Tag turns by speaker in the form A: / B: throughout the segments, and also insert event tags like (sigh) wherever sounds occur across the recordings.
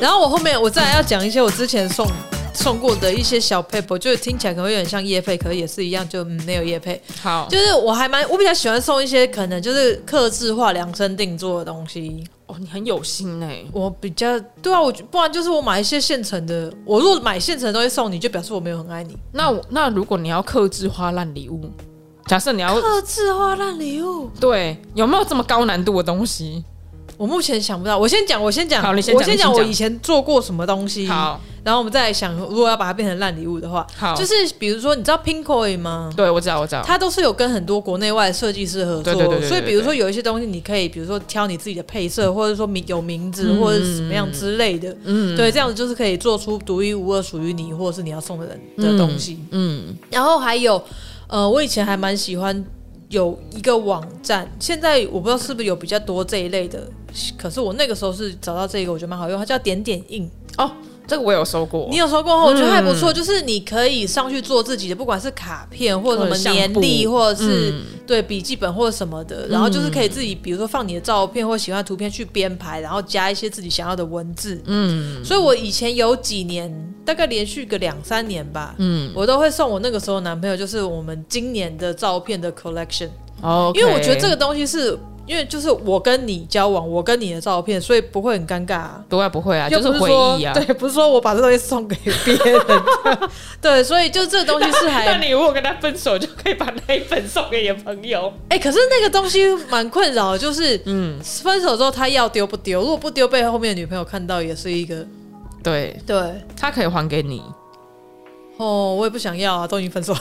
A: 然后我后面我再来要讲一些我之前送送过的一些小 paper，就是听起来可能会有点像叶配，可是也是一样，就、嗯、没有叶配。
B: 好，
A: 就是我还蛮我比较喜欢送一些可能就是克制化量身定做的东西。
B: 哦，你很有心欸呢、
A: 我比较对啊，我不然就是我买一些现成的，我如果买现成的东西送你，就表示我没有很爱你。
B: 那我那如果你要克制花烂礼物，假设你要
A: 克制化烂礼物，
B: 对，有没有这么高难度的东西？
A: 我目前想不到。我先讲，我先讲，
B: 好你先
A: 我
B: 讲
A: 先
B: 你先
A: 讲我
B: 讲
A: 以前做过什么东西。
B: 好，
A: 然后我们再来想，如果要把它变成烂礼物的话，
B: 嗯好
A: 就是比如说，你知道 Pinkoi 吗？
B: 对我知道，我知道，
A: 它都是有跟很多国内外的设计师合作，
B: 对对对对对
A: 所以比如说有一些东西，你可以比如说挑你自己的配色，或者说名有名字，或者是什么样之类的，嗯，对，这样子就是可以做出独一无二属于你或者是你要送的人的东西。
B: 嗯，
A: 然后还有，呃，我以前还蛮喜欢有一个网站，现在我不知道是不是有比较多这一类的，可是我那个时候是找到这个，我觉得蛮好用，它叫点点印。
B: 哦，这个我有收过
A: 你，有收过后，我觉得还不错，就是你可以上去做自己的，不管是卡片或者
B: 或者
A: 什么
B: 相
A: 年历，
B: 簿
A: 或者是、对笔记本或者什么的，然后就是可以自己，比如说放你的照片或喜欢的图片去编排，然后加一些自己想要的文字。嗯，所以我以前有几年，大概连续个两三年吧，嗯，我都会送我那个时候男朋友，就是我们今年的照片的 collection。
B: 哦，
A: 因为我觉得这个东西是因为就是我跟你交往，我跟你的照片，所以不会很尴尬、啊。
B: 不会不会啊，
A: 又
B: 就
A: 不
B: 回
A: 说
B: 忆
A: (laughs)
B: 啊。
A: 对，不是说我把这东西送给别人，对，所以就这个东西是还
B: (laughs) 那你如果跟他分手，就可以把那一份送给你的朋友。
A: 哎、可是那个东西蛮困扰的，就是嗯，分手之后他要丢不丢？如果不丢，被后面的女朋友看到也是一个
B: 对
A: 对
B: 他可以还给你
A: 哦，我也不想要啊，都已经分手了，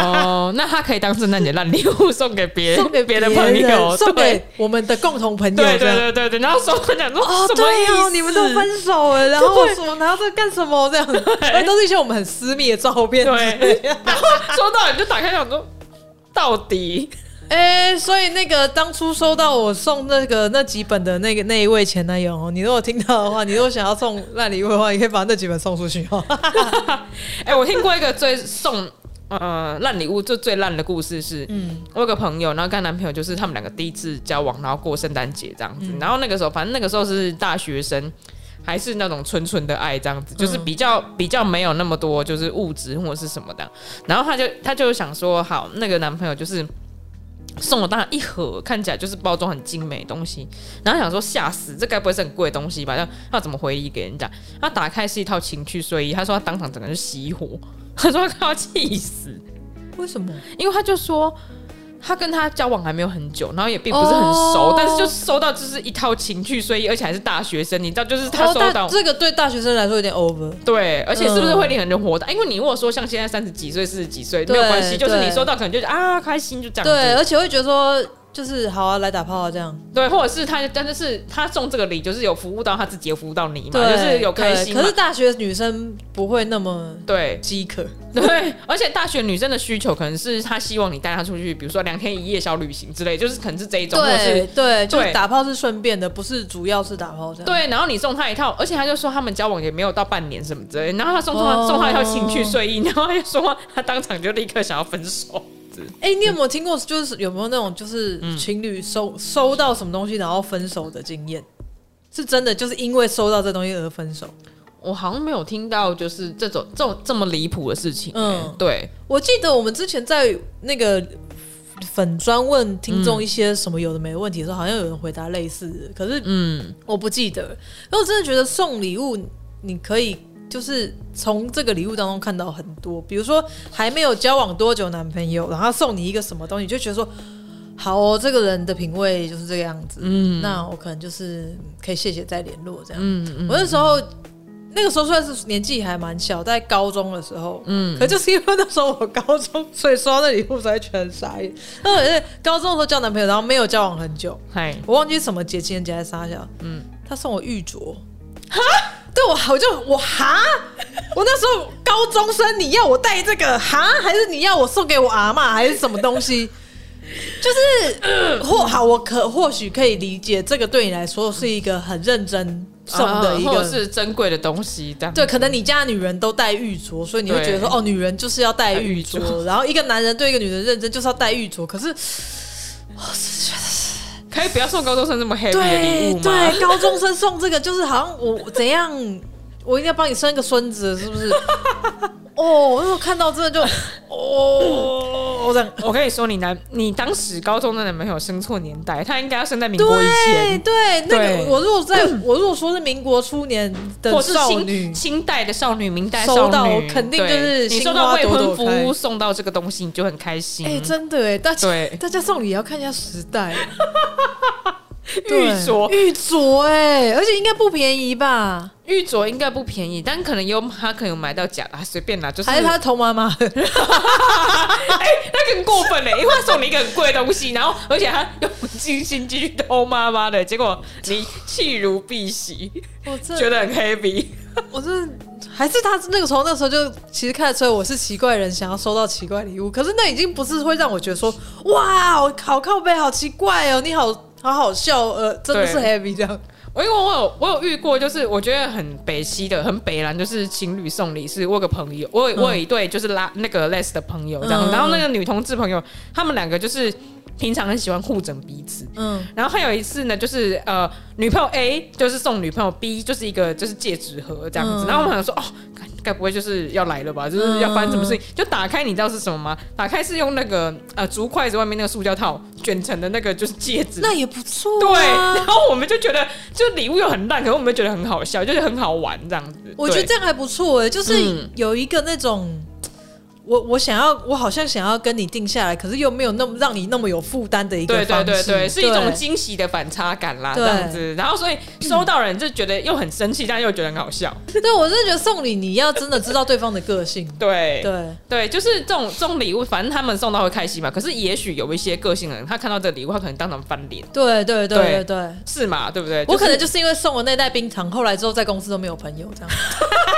B: 哦，那他可以当圣诞节烂礼物送给别
A: (laughs) 送给
B: 别的
A: 人
B: 朋友，
A: 送
B: 对
A: 给我们的共同朋友，
B: 对
A: 这样
B: 对对对对，然后收回讲说
A: 哦，
B: 什么
A: 对
B: 意
A: 哦，
B: 思
A: 你们都分手了，然后什么拿这干什么这样？而且都是一些我们很私密的照片。
B: 对，然后收到你就打开想说，到底
A: 哎、所以那个当初收到我送那个那几本的那个那一位前男友哦，你如果听到的话，你如果想要送烂礼物的话，你可以把那几本送出去哦。
B: 哎、我听过一个最送呃烂礼物就最烂的故事是，嗯，我有个朋友，然后跟她男朋友就是他们两个第一次交往，然后过圣诞节这样子，然后那个时候反正那个时候是大学生。还是那种纯纯的爱这样子，就是比较、比较没有那么多就是物质或者是什么的。然后她就她就想说，好，那个男朋友就是送我当然一盒，看起来就是包装很精美的东西，然后想说吓死，这该不会是很贵的东西吧？要要怎么回礼给人家？他打开是一套情趣睡衣，他说他当场整个人熄火， (laughs) 他说他要气死，
A: (laughs) 为什么？
B: 因为他就说他跟他交往还没有很久，然后也并不是很熟，
A: 哦
B: 但是就收到就是一套情趣睡衣，而且还是大学生，你知道，就是他
A: 哦
B: 收
A: 大
B: 到。
A: 这个对大学生来说有点 over。
B: 对，而且是不是会令人火大？因为你如果说像现在三十几岁、四十几岁没有
A: 对
B: 关系，就是你
A: 对
B: 收到可能就是啊开心就这样子，
A: 对，而且会觉得说，就是好啊，来打炮啊这样。
B: 对，或者是他，但是他送这个礼，就是有服务到他自己，有服务到你嘛，
A: 对，
B: 就是有开
A: 对
B: 心嘛。
A: 可是大学女生不会那么
B: 对
A: 饥渴。
B: (laughs) 对，而且大学女生的需求可能是她希望你带她出去，比如说两天一夜小旅行之类，就是可能是这一种，或者
A: 对
B: 是
A: 对，就是
B: 对
A: 打炮是顺便的，不是主要是打炮这样。
B: 对。然后你送她一套，而且她就说他们交往也没有到半年什么之类，然后她送送她、
A: 哦
B: 送她一套情趣睡衣，然后她就说她当场就立刻想要分手。
A: 哎、你有没有听过，就是有没有那种就是情侣收、收到什么东西然后分手的经验？是真的，就是因为收到这东西而分手。
B: (laughs) 我好像没有听到就是这种这种这么离谱的事情、
A: 嗯
B: 对，
A: 我记得我们之前在那个粉专问听众一些什么有的没的问题的时候，好像有人回答类似的，可是
B: 嗯，
A: 我不记得了。因为我真的觉得送礼物，你可以就是从这个礼物当中看到很多，比如说还没有交往多久男朋友，然后他送你一个什么东西，你就觉得说。好哦，这个人的品味就是这个样子。嗯，那我可能就是可以谢谢再联络这样。嗯嗯，我那时候那个时候算是年纪还蛮小，在高中的时候，嗯，可就是因为那时候我高中，所以收到那礼物才觉得很傻眼。那而且高中的时候交男朋友，然后没有交往很久，
B: 嗨，
A: 我忘记什么节情人节还是啥小，嗯，他送我玉镯，哈，对我好就我哈，我那时候高中生，你要我戴这个哈，还是你要我送给我阿妈，还是什么东
B: (laughs)
A: 西？就是或好，我可或许可以理解，这个对你来说是一个很认真送的一
B: 啊或
A: 个，
B: 者是珍贵的东西，这样
A: 对，可能你家女人都戴玉镯，所以你会觉得说，
B: 对
A: 哦，女人就是要戴
B: 戴
A: 玉
B: 玉
A: 镯。
B: 镯
A: 然后一个男人对一个女人认真，就是要戴玉镯。可是
B: 可以不要送高中生这么 heavy 的礼
A: 对
B: 物嘛。
A: 对，高中生送这个就是好像我怎样，我一定要帮你生一个孙子，是不
B: (laughs)
A: 是？哦，我那时候看到真的就，
B: (laughs)
A: 哦，这样，
B: 我跟你说，你男，你当时高中的男朋友生错年代，他应该要生在民国以
A: 对
B: 前，
A: 对，那个
B: 对
A: 我如果在我如果说是民国初年的
B: 或是
A: 少女
B: 清，清代的少女、明代
A: 收
B: 少
A: 到
B: 女，
A: 肯定就
B: 对
A: 是
B: 你
A: 心
B: 收到
A: 花
B: 未
A: 朵朵
B: 婚服
A: 开
B: 务送到这个东西，你就很开心。
A: 哎，真的哎，大家
B: 对，
A: 大家送礼也要看一下时
B: (laughs)
A: 代，对
B: 玉镯，
A: 玉镯哎，而且应该不便宜吧？
B: 玉镯应该不便宜，但可能有他可能有买到假的，随便啦，就是
A: 还是他偷妈妈 (laughs)
B: (laughs)
A: 的？
B: 那更过分嘞，因为他送你一个很贵的东西，然后而且他用尽心机去偷妈妈的，结果你弃如敝屣，
A: 我真的
B: 觉得很 heavy。
A: 我真的还是他那个时候，那时候就其实看得出来我是奇怪人，想要收到奇怪礼物。可是那已经不是会让我觉得说哇，我好靠背，好奇怪哦，你好好好笑，呃，真的是 heavy 这样。
B: 我因为我有我有遇过，就是我觉得很北西的，很北蓝，就是情侣送礼是我有个朋友，我有、我有一对就是拉那个 les 的朋友这样，
A: 嗯
B: 然后那个女同志朋友，他们两个就是平常很喜欢互整彼此，
A: 嗯，
B: 然后还有一次呢，就是呃，女朋友 A 就是送女朋友 B 就是一个就是戒指盒这样子，
A: 嗯
B: 然后我们想说哦，该该不会就是要来了吧？就是要发生什么事情？
A: 嗯
B: 就打开，你知道是什么吗？打开是用那个呃竹筷子外面那个塑胶套卷成的那个就是戒指。
A: 那也不错、
B: 对，
A: 啊。
B: 然后我们就觉得，就礼物又很烂，可是我们就觉得很好笑，就是很好玩这样子。
A: 我觉得
B: 对
A: 这样还不错哎、就是
B: 嗯
A: 有一个那种。我我想要，我好像想要跟你定下来，可是又没有那么让你那么有负担的一个
B: 对
A: 方
B: 对
A: 式，
B: 对对，是一种
A: 对
B: 惊喜的反差感啦，
A: 对
B: 这样子。然后所以收到人就觉得又很生气，但又觉得很好笑。
A: 对，我是觉得送礼你要真的知道对方的个性，
B: 对
A: 对，
B: 对，就是这种这种礼物，反正他们送到会开心嘛。可是也许有一些个性的人，他看到这个礼物，他可能当场翻脸，
A: 对对对
B: 对
A: 对对，
B: 是嘛？对不对？
A: 我可能
B: 就
A: 就是因为送了那袋冰糖，后来之后在公司都没有朋友这样， (laughs)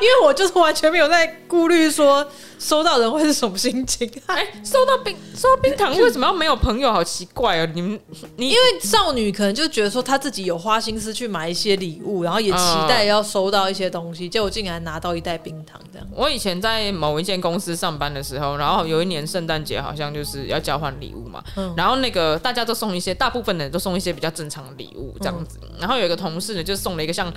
A: 因为我就是完全没有在顾虑说收到人会是什么心情，
B: 是哎、收到冰收到冰糖，为什么要没有朋友？好奇怪哦！你们你
A: 因为少女可能就觉得说她自己有花心思去买一些礼物，然后也期待要收到一些东
B: 嗯
A: 西，结果竟然拿到一袋冰糖这样。
B: 我以前在某一间公司上班的时候，然后有一年圣诞节好像就是要交换礼物嘛，
A: 嗯
B: 然后那个大家都送一些，大部分人都送一些比较正常的礼物这样子，然后有一个同事呢就送了一个像。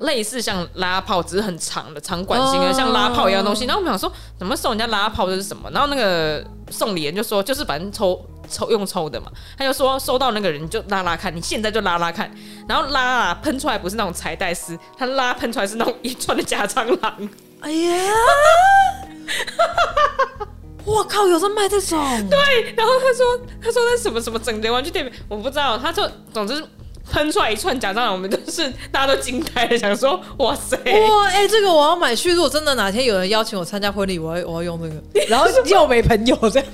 B: 类似像拉炮，只是很长的长管型的，
A: 哦
B: 像拉炮一样的东西。然后我们想说，怎么送人家拉炮这是什么？然后那个送礼人就说，就是反正抽抽用抽的嘛。他就说，哦收到那个人就拉拉看，你现在就拉拉看。然后拉啊，喷出来不是那种彩带丝，他拉喷出来是那种一串的假蟑螂。
A: 哎呀，
B: (laughs)
A: 我靠，有人卖这种？
B: 对，然后他说他说那什么什么整的玩具店，我不知道。他说总之喷出来一串假蟑螂，我们都是大家都惊呆了，想说哇塞，
A: 哇，哎、这个我要买去。如果真的哪天有人邀请我参加婚礼，我要我要用这 (laughs) 个，然后又没朋友 (laughs) 这样，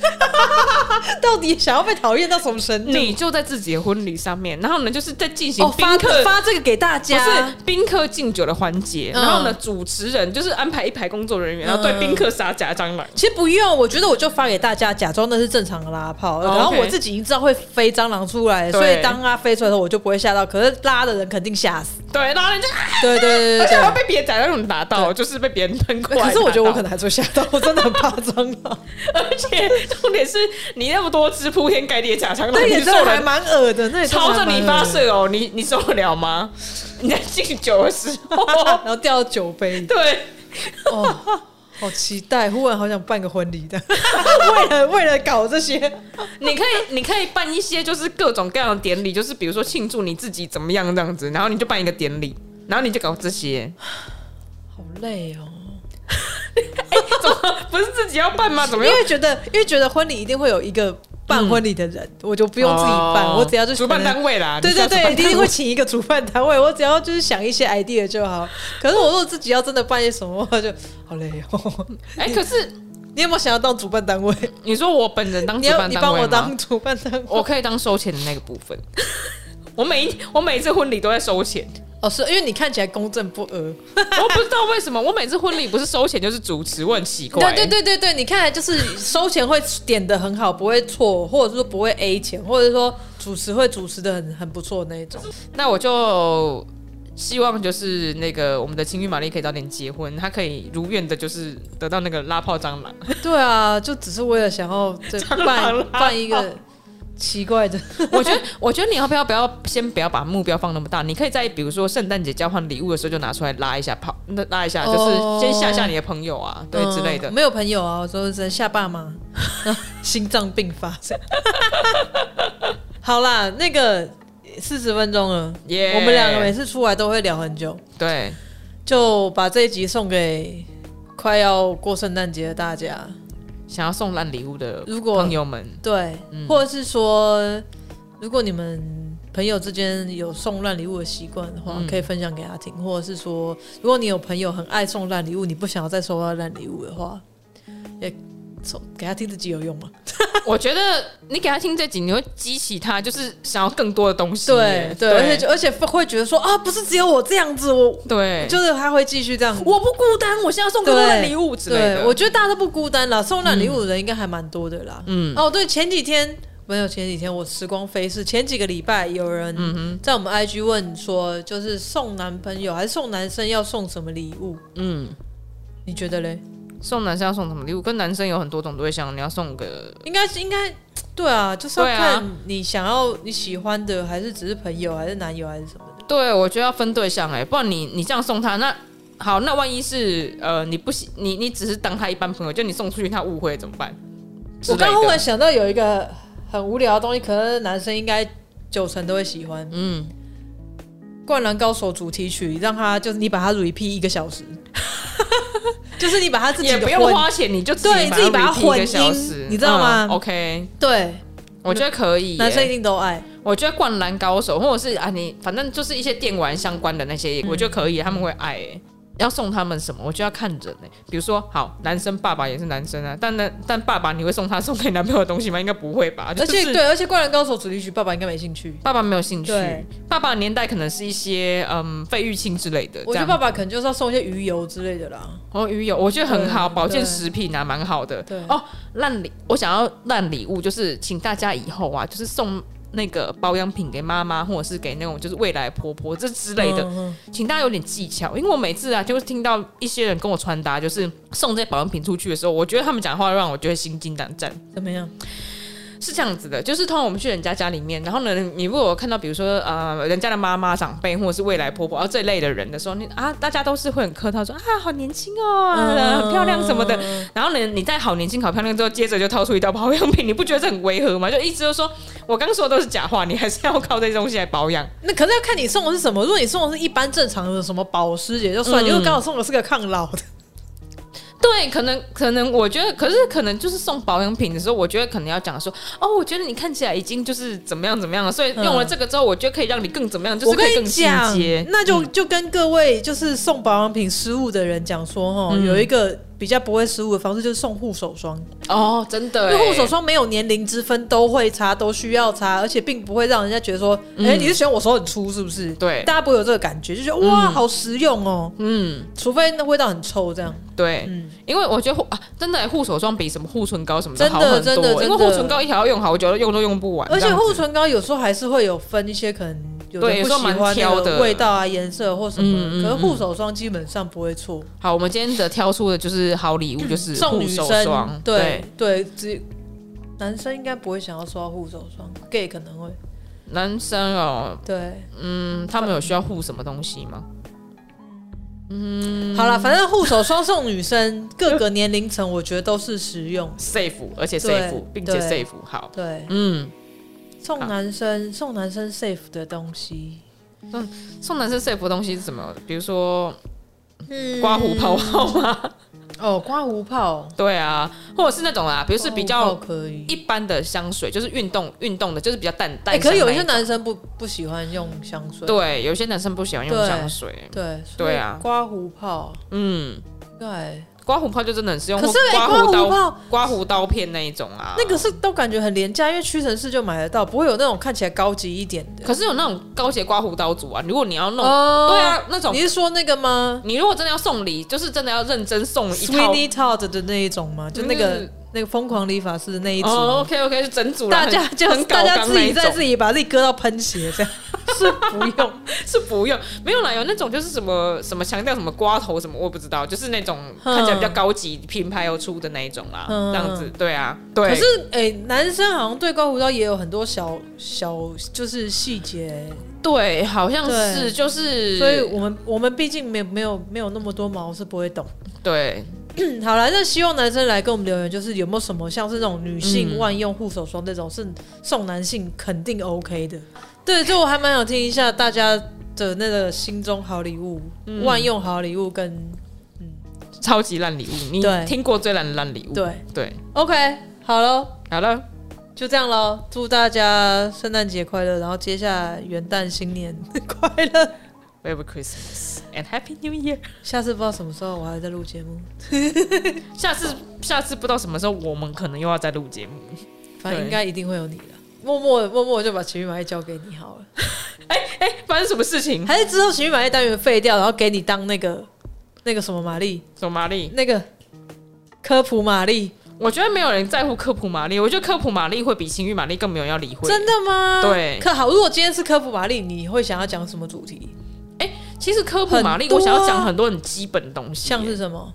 A: 到底想要被讨厌到什么程度？
B: 你就在自己的婚礼上面，然后呢就是在进行
A: 哦，
B: 宾
A: 发
B: 客。
A: 发这个给大
B: 不
A: 家，
B: 是宾客敬酒的环节，
A: 嗯
B: 然后呢，主持人就是安排一排工作人员，然后对宾客撒假蟑螂。
A: 其实不用，我觉得我就发给大家，假装那是正常的拉炮，
B: 哦
A: 然后
B: OK
A: 我自己已经知道会飞蟑螂出来，
B: 对
A: 所以当它飞出来的时候，我就不会吓到。可是拉的人肯定吓死。
B: 对，然后人家，啊
A: 对对对对
B: 而且还
A: 对。
B: 被别的假蟑螂打到，就是被别人喷过来。
A: 可是我觉得我可能还是会吓到，我真的很怕蟑螂， (laughs)
B: 打到，而且重点是你那么多只铺天盖地的假蟑螂，
A: 那也
B: 你
A: 真的
B: 做
A: 还 (laughs)
B: 人
A: 蛮恶的，那也真的
B: (laughs) 朝着
A: 还蛮恶的
B: 你发，射哦，你你受得
A: (laughs)
B: 了吗？你在敬酒的时候，
A: 然后掉到酒杯里，
B: 对，
A: 哦，好期待！忽然好想办个婚礼的， (laughs) 为了为了搞这些，
B: 你可以你可以办一些就是各种各样的典礼，就是比如说庆祝你自己怎么样这样子，然后你就办一个典礼，然后你就搞
A: (laughs)
B: 这些，
A: 好累哦。
B: 怎么不是自己要 (laughs) 办吗？怎
A: 因
B: 么又
A: 为觉得因为觉得婚礼一定会有一个办婚礼的人，我就不
B: 不
A: 用自己办，我只要就是
B: 哦主办
A: 可能
B: 单位啦？
A: 对
B: 你是
A: 对对，
B: 要主办
A: 一
B: 单
A: 定
B: 位
A: 会请一个主办单位，我只要就是想一些 idea 就好。可是我如果自己要真的办些什么，我就好累哦。
B: (laughs)
A: (laughs)
B: 哎、可是
A: 你有没有想要当主办单位？
B: 你说我本人当
A: 你
B: 主
A: 要
B: 办单位
A: 你帮我
B: 吗
A: 当主办单位？
B: 我可以当收钱的那个部
A: (laughs)
B: 分。我每一我每一次婚礼都在收钱，
A: 哦，是因为你看起来公正不阿。
B: (laughs) 我不知道为什么我每次婚礼不是收钱就是主持，我很奇怪。
A: 对对对对对，你看起来就是收钱会点的很好，不会错，或者说不会 A 钱，或者说主持会主持的很很不错那一
B: (laughs)
A: 种。
B: 那我就希望就是那个我们的青玉玛丽可以早点结婚，她可以如愿的，就是得到那个拉炮蟑螂。 (laughs)
A: 对啊，就只是为了想要这
B: 蟑螂
A: 办
B: 啦
A: 办一个奇怪的，
B: 我觉得，我觉得你要不要不要先不要把目标放那么大？你可以在比如说圣诞节交换礼物的时候就拿出来拉一下跑，那拉一下就是先吓吓你的朋友啊， (laughs) 对之类的
A: 嗯。没有朋友啊，我说是下爸妈， (laughs) 然后心脏病发这样。 (laughs) 好啦，那个四十分钟了
B: 耶
A: 我们两个每次出来都会聊很久，
B: 对，
A: 就把这一集送给快要过圣诞节的大家。
B: 想要送烂礼物的
A: 如果
B: 朋友们，
A: 对，
B: 嗯
A: 或者是说，如果你们朋友之间有送烂礼物的习惯的话，
B: 嗯
A: 可以分享给他听；或者是说，如果你有朋友很爱送烂礼物，你不想要再收到烂礼物的话，也送给他听自己有用吗？
B: 我觉得你给他听这集，你会激起他就是想要更多的东西。
A: 对对，而且就
B: 对
A: 而且会觉得说啊，不是只有我这样子，我
B: 对，
A: 就是他会继续这样。
B: 我不孤单，我现在要送更多的
A: 对
B: 礼物之类
A: 对，
B: 的。
A: 我觉得大家都不孤单啦，送烂礼物的人应该还蛮多的啦。
B: 嗯
A: 哦，对，前几天没有前几天，我时光飞逝。前几个礼拜有
B: 嗯
A: 人在我们 IG 问说，就是送男朋友还是送男生要送什么礼物？
B: 嗯，
A: 你觉得嘞？
B: 送男生要送什么礼物？跟男生有很多种对象，你要送个
A: 应该是应该对啊，就是要
B: 对啊
A: 看你想要你喜欢的，还是只是朋友，还是男友，还是什么的。
B: 对，我觉得要分对象哎、不然你你这样送他，那好，那万一是呃你不喜你你只是当他一般朋友，就你送出去他误会怎么办？
A: 我刚
B: 之
A: 刚
B: 类
A: 忽
B: 的
A: 然想到有一个很无聊的东西，可能男生应该九成都会喜欢，嗯，《灌篮高手》主题曲，让他就是你把它 repeat 一个小
B: (laughs)
A: 时，就是你把他自己
B: 也
A: 的
B: 不用
A: 混
B: 花钱，你就
A: 对自己把它
B: repeat 一
A: 混
B: 个
A: 音
B: 小时，
A: 你知道吗
B: 嗯 OK，
A: 对，
B: 我觉得可以、
A: 男生一
B: 欸。
A: 定都爱。
B: 我觉得《灌篮高手》或者是啊你反正就是一些电玩相关的那些，
A: 嗯
B: 我觉得可以，他们会爱、欸。要送他们什么？我觉得要看人哎、比如说，好，男生爸爸也是男生啊，但男但爸爸你会送他送给男朋友的东西吗？应该不会吧。
A: 而且
B: 就是
A: 对，而且《灌篮高手》主题曲，爸爸应该没兴趣。
B: 爸爸没有兴趣
A: 对，
B: 爸爸的年代可能是一些嗯费玉清之类的，
A: 我
B: 这
A: 觉得
B: 样
A: 爸爸可能就是要送一些鱼油之类的啦。
B: 哦鱼油，我觉得很好，
A: 对
B: 保健食品啊，蛮好的。
A: 对
B: 哦，烂礼，我想要烂礼物，就是请大家以后啊，就是送那个保养品给妈妈，或者是给那种就是未来婆婆这之类的，
A: 嗯
B: 请大家有点技巧，因为我每次啊，就是听到一些人跟我传达，就是送这些保养品出去的时候，我觉得他们讲话让我觉得心惊胆战。
A: 嗯怎么样？
B: 是这样子的，就是通常我们去人家家里面，然后呢，你如果看到比如说呃人家的妈妈长辈或者是未来婆婆啊这类的人的时候，你啊大家都是会很客套说啊好年轻哦、啊，很漂亮什么的。然后呢，你在好年轻好漂亮之后，接着就掏出一道保养品，你不觉得这很违和吗？就一直都说我刚说的都是假话，你还是要靠这些东西来保养。
A: 那可是要看你送的是什么。如果你送的是一般正常的什么保湿也就算，
B: 嗯
A: 你如果刚好送的是个抗老的，
B: 对，可能可能，我觉得，可是可能就是送保养品的时候，我觉得可能要讲说，哦，我觉得你看起来已经就是怎么样怎么样了，所以用了这个之后，我觉得可以让你更怎么样，就
A: 我
B: 是可
A: 跟
B: 以更嗯
A: 你
B: 进
A: 讲
B: 阶，。
A: 那就就跟各位就是送保养品失误的人讲说，哈，
B: 嗯
A: 有一个比较不会失误的方式就是送护手霜，
B: 哦，真的
A: 因
B: 欸，
A: 为护手霜没有年龄之分，都会擦，都需要擦，而且并不会让人家觉得说，哎，你是嫌我手很粗是不是？
B: 嗯对
A: 大家不会有这个感觉，就觉得哇，好实用哦。
B: 嗯，
A: 除非那味道很臭，这样嗯
B: 对，因为我觉得护啊，真的欸护手霜比什么护唇膏什么的
A: 真的
B: 好很多
A: 真
B: 欸，
A: 的真
B: 因
A: 的
B: 为护唇膏一条要用好久，用都用不完，
A: 而且
B: 这样子
A: 护唇膏有时候还是会有分一些可能有
B: 对
A: 人
B: 有
A: 不
B: 时候
A: 喜
B: 蛮
A: 欢
B: 挑
A: 那
B: 的
A: 个味道啊、颜色或什
B: 嗯嗯
A: 么，可是护手霜基本上不会错。
B: 好，我们今天的挑出的就是好礼物，就是
A: 送
B: 护
A: 女
B: 手
A: 生
B: 霜，
A: 对对，只男生应该不会想要收到护手霜，gay 可能会
B: 男生哦，
A: 对。
B: 嗯，他们有需要护什么东西吗？嗯
A: 好了，反正护手霜送女生各个年龄层，我觉得都是实用。
B: safe，而且
A: 对
B: safe，并且
A: 对
B: safe 好。
A: 对，
B: 嗯，
A: 送男生送男生 safe 的东西，
B: 送男生 safe 的东西是什么？比如说
A: 嗯
B: 刮胡泡泡吗？
A: 哦，刮胡泡，
B: 对啊，或者是那种啊，比如是比
A: 刮胡
B: 较
A: 泡可以
B: 一般的香水，就是运动运动的，就是比较淡淡
A: 哎、
B: 香那。
A: 可是有一些男生不不喜欢用香水，
B: 对，有些男生不喜欢用
A: 对
B: 香水。
A: 对
B: 对啊
A: 所以刮胡泡，
B: 嗯，
A: 对，
B: 刮胡泡就真的很适用，
A: 可是
B: 或
A: 哎、
B: 刮
A: 刮
B: 胡
A: 胡
B: 刀、啊
A: 泡
B: 刮胡刀片那一种啊。
A: 那个是都感觉很廉价，因为屈臣氏就买得到，不会有那种看起来高级一点的。
B: 可是有那种高级刮胡刀组啊，如果你要弄，
A: 哦
B: 对，啊，那种
A: 你是说那个吗
B: 你如果真的要送礼，就是真的要认真送嗯一套。嗯
A: ？Sweeney Todd 的那一种吗？就那
B: 就
A: 个
B: 是
A: 那个疯狂理发师的那一组吗。
B: 哦，OK OK，是整组啦，
A: 大家
B: 哦很
A: 就
B: 很搞
A: 大家
B: 纲
A: 自
B: 那一
A: 己在
B: 种
A: 自己把自己割到喷血这样，是不用，
B: 是不用，没有啦，有那种就是什么什么强调什么刮头什么，我也不知道，就是那种
A: 嗯
B: 看起来比较高级品牌有出的那一种啦，
A: 嗯
B: 这样子，对啊，对。
A: 可是哎、男生好像对刮胡刀也有很多小小就是细节，
B: 对，好像
A: 对
B: 是就是，
A: 所以我们我们毕竟没没有没有那么多毛是不会懂。
B: 对，
A: 嗯好了，那希望男生来跟我们留言，就是有没有什么像是那种女性
B: 嗯
A: 万用护手霜那种是送男性肯定 OK 的。对，就我还蛮想听一下大家的那个心中好礼物、
B: 嗯
A: 万用好礼物跟
B: 超级烂礼物，你
A: 对
B: 听过最烂的烂礼物？
A: 对
B: 对，
A: OK 好喽，
B: 好了，
A: 就这样喽，祝大家圣诞节快乐，然后接下来元旦新年 (laughs) 快乐。
B: Merry Christmas and Happy New Year。
A: 下次不知道什么时候我还在录节目，
B: 下次下次不知道什么时候，我们可能又要再录节目。 (laughs)
A: 反正
B: 对
A: 应该一定会有你的。默默默默就把情绪买交给你好了。
B: 发生什么事情？
A: 还是之后情绪玛丽单元废掉，然后给你当那个那个什么玛丽，
B: 什么玛丽？
A: 那个科普玛丽，
B: 我觉得没有人在乎科普玛丽，我觉得科普玛丽会比情欲玛丽更没有人要理会。
A: 真的吗？
B: 对
A: 可好，如果今天是科普玛丽，你会想要讲什么主题？
B: 其实科普玛丽，
A: 很多啊
B: 我想要讲很多很基本的东西耶，
A: 像是什么？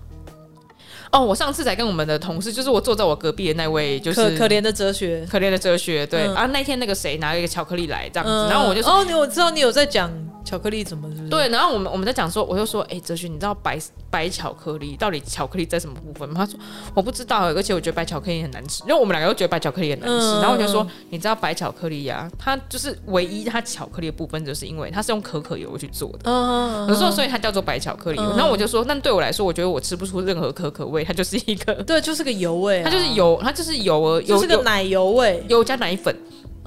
B: 哦，我上次才跟我们的同事，就是我坐在我隔壁的那位，就是
A: 可可怜的哲学。
B: 可怜的哲学，对、
A: 嗯
B: 啊，那天那个谁拿了一个巧克力来这样子，然后我就说。
A: 哦，你我知道你有在讲巧克力怎么是不是？
B: 对，然后我们我们在讲说，我就说，哎、哲学，你知道白白巧克力到底巧克力在什么部分吗？他说我不知道，而且我觉得白巧克力很难吃，因为我们两个都觉得白巧克力很难吃。
A: 嗯
B: 然后我就
A: 嗯
B: 说，你知道白巧克力呀、它就是唯一它巧克力的部分，就是因为它是用可可油去做的。
A: 嗯，嗯，
B: 我说，
A: 以
B: 所以它叫做白巧克力。
A: 嗯
B: 然后我就说，但对我来说，我觉得我吃不出任何可可味，它就是一个，
A: (laughs) 对，就是个油味啊、
B: 它就是油，它就是呃油而
A: 就
B: 油
A: 是个
B: 油
A: 奶油味。
B: 油加奶粉。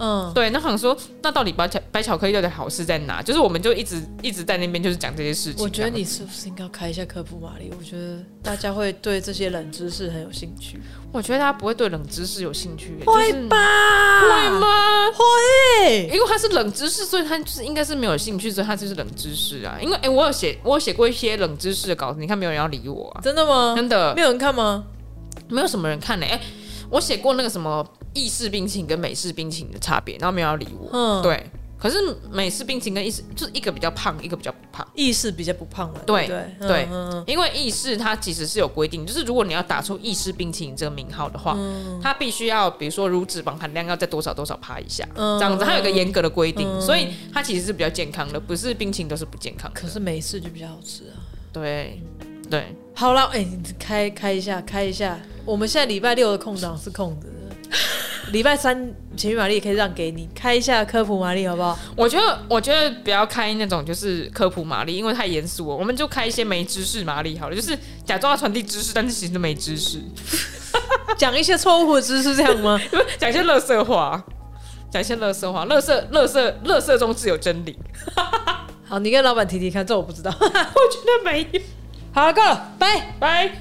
A: 嗯，
B: 对，那想说，那到底白巧白巧克力到底好是在哪？就是我们就一直一直在那边就是讲这些事情。
A: 我觉得你是不是应该要开一下科普玛丽？我觉得大家会对这些冷知识很有兴趣。
B: 这样，我觉得他不会对冷知识有兴趣、欸
A: 会
B: 就是
A: 吧？
B: 会吗？
A: 会
B: 因为他是冷知识，所以他就是应该是没有兴趣，所以他就是冷知识啊。因为哎、我有写我有写过一些冷知识的稿子，你看没有人要理我啊，
A: 真的吗？
B: 真的
A: 没有人看吗？
B: 没有什么人看嘞、哎、我写过那个什么意式冰淇淋跟美式冰淇淋的差别，然后没有人要理我。
A: 嗯，，
B: 对，可是美式冰淇淋跟意式就是一个比较胖，一个比较不胖。
A: 意识比较不胖了，
B: 对
A: 对不
B: 对
A: 嗯嗯嗯
B: 因为意式它其实是有规定，就是如果你要打出意式冰淇淋这个名号的话，
A: 嗯
B: 它必须要比如说乳脂肪含量要在多少多少趴以下，
A: 嗯
B: 这样子，它有一个严格的规定，所以它其实是比较健康的，不是冰淇淋都是不健康的。
A: 可是美式就比较好吃啊。
B: 对对，
A: 好了，哎、你开开一下，开一下。我们现在礼拜六的空档是
B: (laughs)
A: 空着的，礼拜三情绪玛丽也可以让给你开一下科普玛丽，好不好？
B: 我觉得我觉得不要开那种就是科普玛丽，因为太严肃了，我们就开一些没知识玛丽好了，就是假装要传递知识，但是其实都没知识，
A: 讲一些错误的知识，这样吗？
B: 讲一些乐色话。讲一些乐色话，乐色、乐色、乐色中自有真理。
A: 好，你跟老板提提看，这我不知道。 (laughs)
B: 我觉得没有。
A: 好了，够了，拜。
B: 拜。